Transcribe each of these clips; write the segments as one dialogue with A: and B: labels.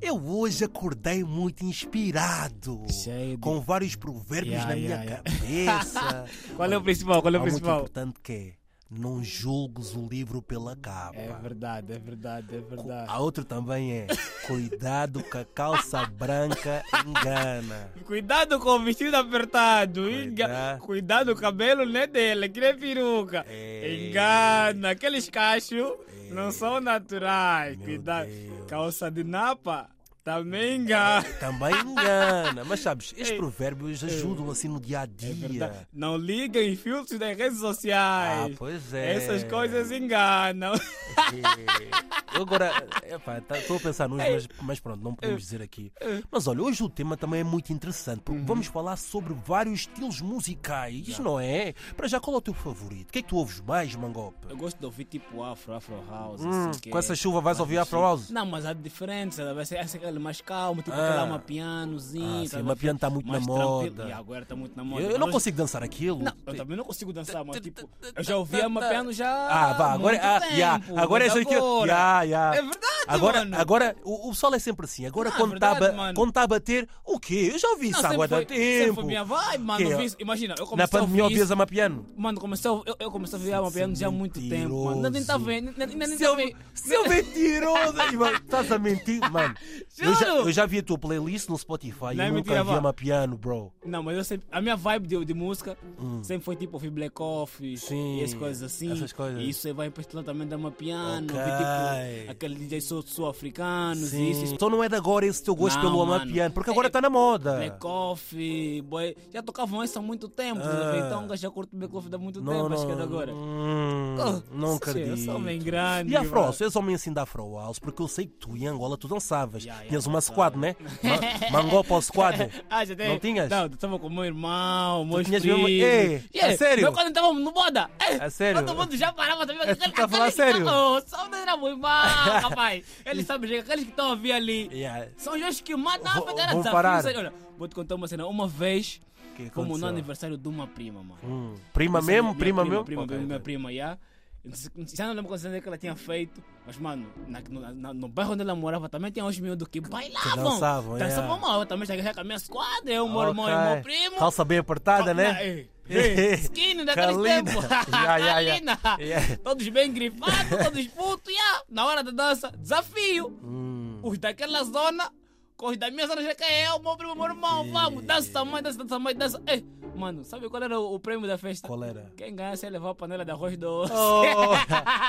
A: Eu hoje acordei muito inspirado.
B: Cheio é de-
A: Com vários provérbios
B: Yeah,
A: na minha
B: yeah,
A: cabeça.
B: Qual é o principal? Qual é o
A: Há muito
B: principal?
A: importante que é, não julgues o livro pela capa.
B: É verdade, é verdade, é verdade.
A: A outra também é, cuidado que a calça branca engana.
B: Cuidado com o vestido apertado.
A: Cuidado.
B: enga- Cuidado, o cabelo não é dela, que nem peruca.
A: Ei.
B: Engana, aqueles cachos não são naturais.
A: Meu
B: Cuidado.
A: Deus.
B: Calça de napa também engana.
A: Também engana. Mas sabes, estes
B: Ei.
A: provérbios ajudam assim no dia a
B: É verdade.
A: dia.
B: Não liguem filtros das redes
A: Ah,
B: sociais.
A: pois é.
B: Essas coisas enganam.
A: É. Eu agora, estou a pensar nos, mas, mas pronto, não podemos dizer aqui. Mas olha, hoje o tema também é muito interessante, porque vamos falar sobre vários estilos musicais, não é? Para já, qual é o teu favorito? O que é que tu ouves mais, Mangope?
B: Eu gosto de ouvir tipo afro, afro house.
A: Hum,
B: assim, que
A: com
B: é
A: essa chuva vais
B: mais
A: ouvir
B: mexido.
A: Afro House?
B: Não, mas há diferença. Vai ser essa aquela mais calma, tipo
A: Ah.
B: aquela uma pianozinho.
A: Ah,
B: tá
A: sim, uma
B: ligado?
A: piano tá muito na
B: Mais tranquilo.
A: moda.
B: E agora está muito na moda.
A: Eu, eu
B: mas
A: não
B: hoje-
A: consigo dançar aquilo.
B: Não, eu também não consigo dançar, mas tipo, eu já ouvi uma piano já.
A: Ah, vá,
B: há
A: agora.
B: muito
A: Ah,
B: tempo,
A: yeah, agora é
B: mas
A: isso aqui.
B: agora-
A: Yeah, yeah.
B: É verdade,
A: agora,
B: mano.
A: Agora, o, o sol é sempre assim. Agora,
B: Não, é
A: quando
B: verdade,
A: está
B: mano.
A: a bater, o quê? Eu já ouvi
B: Não,
A: isso há
B: sempre
A: guarda
B: foi, sempre
A: tempo.
B: foi minha vibe, mano.
A: Que- é?
B: Eu vi- imagina, eu comecei
A: Na pandemia
B: a ouvir
A: ouvias
B: isso.
A: a mapiano.
B: Mano, comecei a, eu, eu comecei a ouvir uma piano já há muito
A: Mentiroso.
B: tempo, mano. Ainda nem estava vendo, ainda ainda nem
A: Seu,
B: estava vendo.
A: seu mentiroso! Ih, mano, Estás a mentir, mano. Eu já,
B: Juro.
A: eu já vi a tua playlist no Spotify
B: Não
A: e
B: é
A: nunca
B: mentira,
A: vi
B: vá.
A: a mapiano, bro.
B: Não, mas eu sempre, a minha vibe de, de música sempre foi tipo ouvir Black Coffee
A: Hum. Sim,
B: e essas coisas assim.
A: essas coisas.
B: E isso aí vai empestilando também da uma piano,
A: Ok.
B: ouvir, tipo aquele DJ sul- sul-africanos e isso.
A: Sim.
B: isso.
A: Então não é de agora esse teu gosto
B: Não,
A: pelo
B: mano.
A: amapiano, porque
B: É-
A: agora está na moda.
B: Black Coffee, boy. Já tocavam isso há muito tempo.
A: Ah.
B: Então eu já curto Black Coffee há muito
A: Não,
B: tempo,
A: não,
B: acho que é de agora. Oh,
A: hum, não
B: Sim, Eu
A: acredito.
B: sou homem é grande.
A: E Afro
B: mano.
A: House, és homem assim da Afro House, porque eu sei que tu em Angola tu dançavas.
B: Ya, ya,
A: Tinhas uma
B: dançava.
A: squad, né? Ma- Mangopa ao squad.
B: Ah, já tem.
A: Não tinhas?
B: Não, eu tava com o meu irmão, meus
A: tinhas
B: primos.
A: mesmo- Ei, é sério?
B: Meu quando estávamos no boda. É,
A: É sério?
B: Todo mundo já parava também.
A: É, tu tá falando
B: Aqueles que
A: sério?
B: tavam- Só não era meu irmão, rapaz. Eles sabem, gente, aqueles que estão a vir ali.
A: Ya,
B: São jogos que mandam
A: Vou-
B: a fazer
A: vão
B: desafio.
A: parar.
B: sério. Olha, vou te contar uma cena. Uma vez,
A: que
B: como no
A: aconteceu?
B: aniversário de uma prima, mano.
A: Hum, Prima
B: Não sei,
A: mesmo?
B: é minha
A: Prima mesmo?
B: Prima,
A: Ok,
B: minha
A: ok.
B: prima, já. Não sei- não sei- Já não lembro quantos anos é que ela tinha feito, mas mano, na, no, na- no bairro onde ela morava também tinha uns miúdos que bailavam.
A: dançavam,
B: Dançavam
A: yeah.
B: mal, eu também cheguei já com a minha squadra, eu, meu irmão e
A: Ok.
B: meu primo.
A: Calça bem apertada,
B: Na-
A: né?
B: ei, ei, Skinny daquele
A: Carolina.
B: tempo.
A: Yeah, yeah, yeah.
B: Carolina.
A: Yeah.
B: Todos bem grifados, todos putos, yeah. na hora da dança, desafio.
A: Hum.
B: Os daquela zona, com os da minha zona, já que é eu, meu primo, meu irmão, vamos, dança tamanho, dança tamanho, dança. Ei, mano, sabe qual era o, o prêmio da festa?
A: Qual era?
B: Quem ganhasse ia levar a panela de arroz doce.
A: Oh.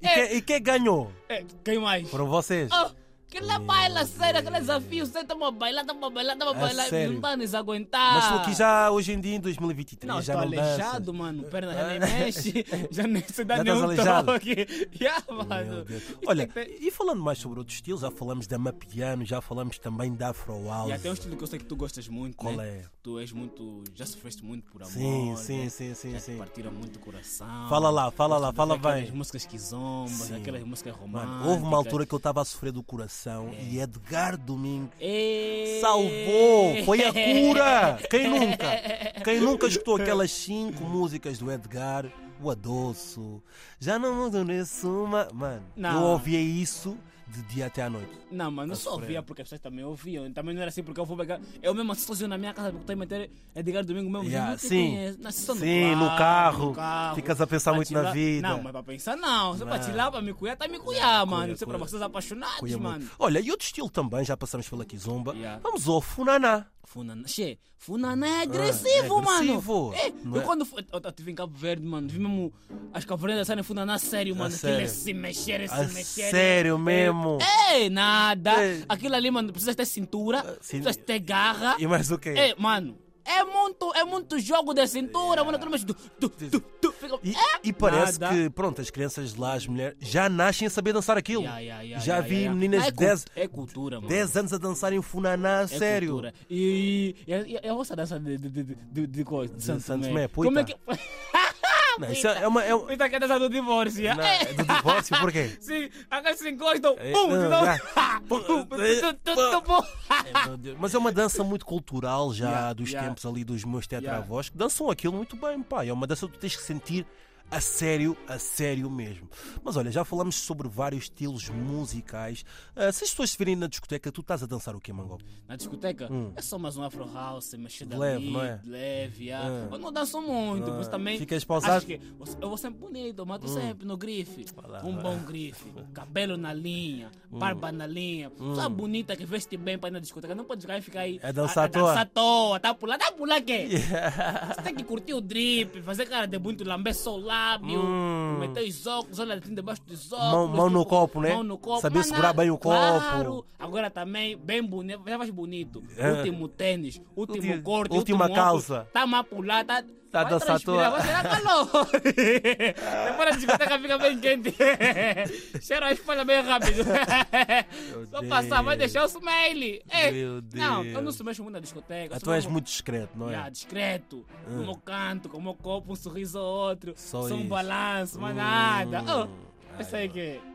A: E que- E quem ganhou?
B: É, Quem mais?
A: Foram vocês?
B: Oh, aquela baila séria, aquele desafio, você estamos a bailar, estamos a bailar, estamos a
A: É
B: bailar,
A: sério?
B: não está nem a aguentar.
A: Mas tu aqui já hoje em dia, em 2023,
B: Não,
A: já
B: estou
A: não danças.
B: aleijado, mano. Perna já nem
A: Ah.
B: mexe, já nem se dá
A: Já
B: nenhum
A: estás aleijado?
B: toque. Yeah,
A: Meu
B: mano.
A: Deus.
B: Isso tem
A: Olha,
B: que ter-
A: e falando mais sobre outros estilos, já falamos da Mapiano, já falamos também da Afro
B: E
A: House.
B: até um estilo que eu sei que tu gostas muito.
A: Qual
B: né?
A: é?
B: Tu és muito. Já sofreste muito por amor.
A: Sim,
B: né?
A: sim, sim, sim,
B: Já te
A: sim.
B: partiram muito o coração.
A: Fala lá, fala lá,
B: Gostas
A: fala
B: daquelas
A: bem.
B: músicas que zombam, aquelas músicas românticas.
A: Mano, houve uma altura que eu estava a sofrer do coração
B: É.
A: e Edgar Domingues
B: Ei!
A: salvou, foi a cura. Quem nunca? Quem nunca escutou aquelas cinco músicas do Edgar? O Adoço, já não mudou uma. Mano, eu
B: Não.
A: ouvia isso de dia até à noite.
B: Não, mano, eu só ouvia porque as pessoas também ouviam. Também não era assim porque eu vou pegar. Eu mesmo assisto sozinho na minha casa porque estou a meter Edgar Domingo mesmo.
A: Yeah,
B: junto e
A: sim.
B: conheço. Não, assisto
A: Sim, no carro.
B: no carro.
A: Ficas a pensar
B: Pra
A: muito na
B: chilar-
A: vida.
B: Não, mas para pensar não. Só para
A: Não.
B: tirar, para me cuidar, tá me cuidar, mano. Isso é para
A: cuida.
B: vocês apaixonados,
A: Cuia muito.
B: mano.
A: Olha, e outro estilo também, já passamos pela Kizomba.
B: Yeah.
A: Vamos ao Funaná.
B: Funaná, che, Funaná é agressivo,
A: é
B: mano.
A: agressivo.
B: É,
A: Não
B: eu
A: é?
B: quando fui, eu, eu tive em Cabo Verde, mano, vi mesmo as cavaleiras saem Funaná sério, mano. Aquilo é
A: sério?
B: se mexer, é se
A: A
B: mexer.
A: sério mesmo?
B: É, é, nada.
A: É.
B: Aquilo ali, mano, precisa ter cintura,
A: Ah, sim.
B: precisa ter garra.
A: E mais o quê?
B: É, mano, é muito, é muito jogo de cintura, mano. Todo mundo tu, tu, tu, tu, fica-
A: E,
B: é,
A: e parece
B: nada.
A: que, pronto, as crianças lá, as mulheres, já nascem a saber dançar aquilo.
B: Ya, ya, ya,
A: já
B: ya,
A: vi
B: ya, ya.
A: meninas de
B: Ah, é cu-
A: 10,
B: É cultura, mano.
A: 10 anos a dançarem Funaná, a
B: É
A: sério.
B: cultura. E, e, e, e a vossa dança de, de, de, de, de coisa, de Santo
A: Santo Tomé,
B: Tomé.
A: puita.
B: Como é que.
A: Não, isso é uma. É um-
B: Puita que é a dança do divórcio.
A: não,
B: é?
A: é do divórcio, por quê?
B: Sim, aqueles se encostam.
A: É,
B: Pum!
A: não,
B: então-
A: já.
B: Pum,
A: Pum,
B: tu,
A: é,
B: tu, tu,
A: pum.
B: tu, pum.
A: É, meu Deus. Mas é uma dança muito cultural já
B: Yeah,
A: dos
B: yeah.
A: tempos ali dos meus tetravós que dançam aquilo muito bem, pá. É uma dança que tu tens que sentir a sério, a sério mesmo. Mas olha, já falamos sobre vários estilos musicais. Ah, se as pessoas te virem na discoteca, tu estás a dançar o quê, Mangob?
B: Na discoteca, é só mais um afro house, mexida
A: Hum. Leve,
B: ali,
A: não é?
B: leve, ah. Eu não danço muito, mas também...
A: Ficas pausado?
B: acho que você- eu vou sempre bonito, mas tô sempre no grife.
A: Hum. lá, Hum.
B: um bom grife, cabelo na linha, barba na linha. Só bonita que veste bem para ir na discoteca, não pode chegar e ficar aí...
A: É dançar
B: a-
A: à toa.
B: A dançar à toa, tá pular, tá pular quê? Você tem que curtir o drip, fazer cara de bonito, lamber só o lábio,
A: Hum.
B: meter os óculos, olhar debaixo dos óculos. tipo,
A: Mão- mão no copo, né?
B: Mão no copo.
A: Saber
B: mas
A: segurar
B: nada,
A: bem o
B: claro.
A: copo.
B: Agora também, bem bonito, já faz bonito.
A: É.
B: Último tênis, último
A: Ulti-
B: corte,
A: última
B: último óculos.
A: calça.
B: Tá mal pular, tá...
A: Tá
B: vai
A: dançar à toa.
B: transpirar, Vai tirar calor. Depois a discoteca fica bem quente. Cheira a espalha bem rápido. Só passar, vai
A: Deus.
B: deixar o smile. Ei,
A: Meu
B: Não, eu não
A: Deus.
B: se mexo muito na discoteca. eu
A: Ah, tu
B: sou
A: és
B: mesmo-
A: muito discreto, não
B: Yeah,
A: é?
B: discreto, no meu canto, com o meu copo, um sorriso ou outro,
A: Só
B: só um
A: isso.
B: balanço, mais
A: Hum.
B: nada. Oh,
A: Ai,
B: eu sei que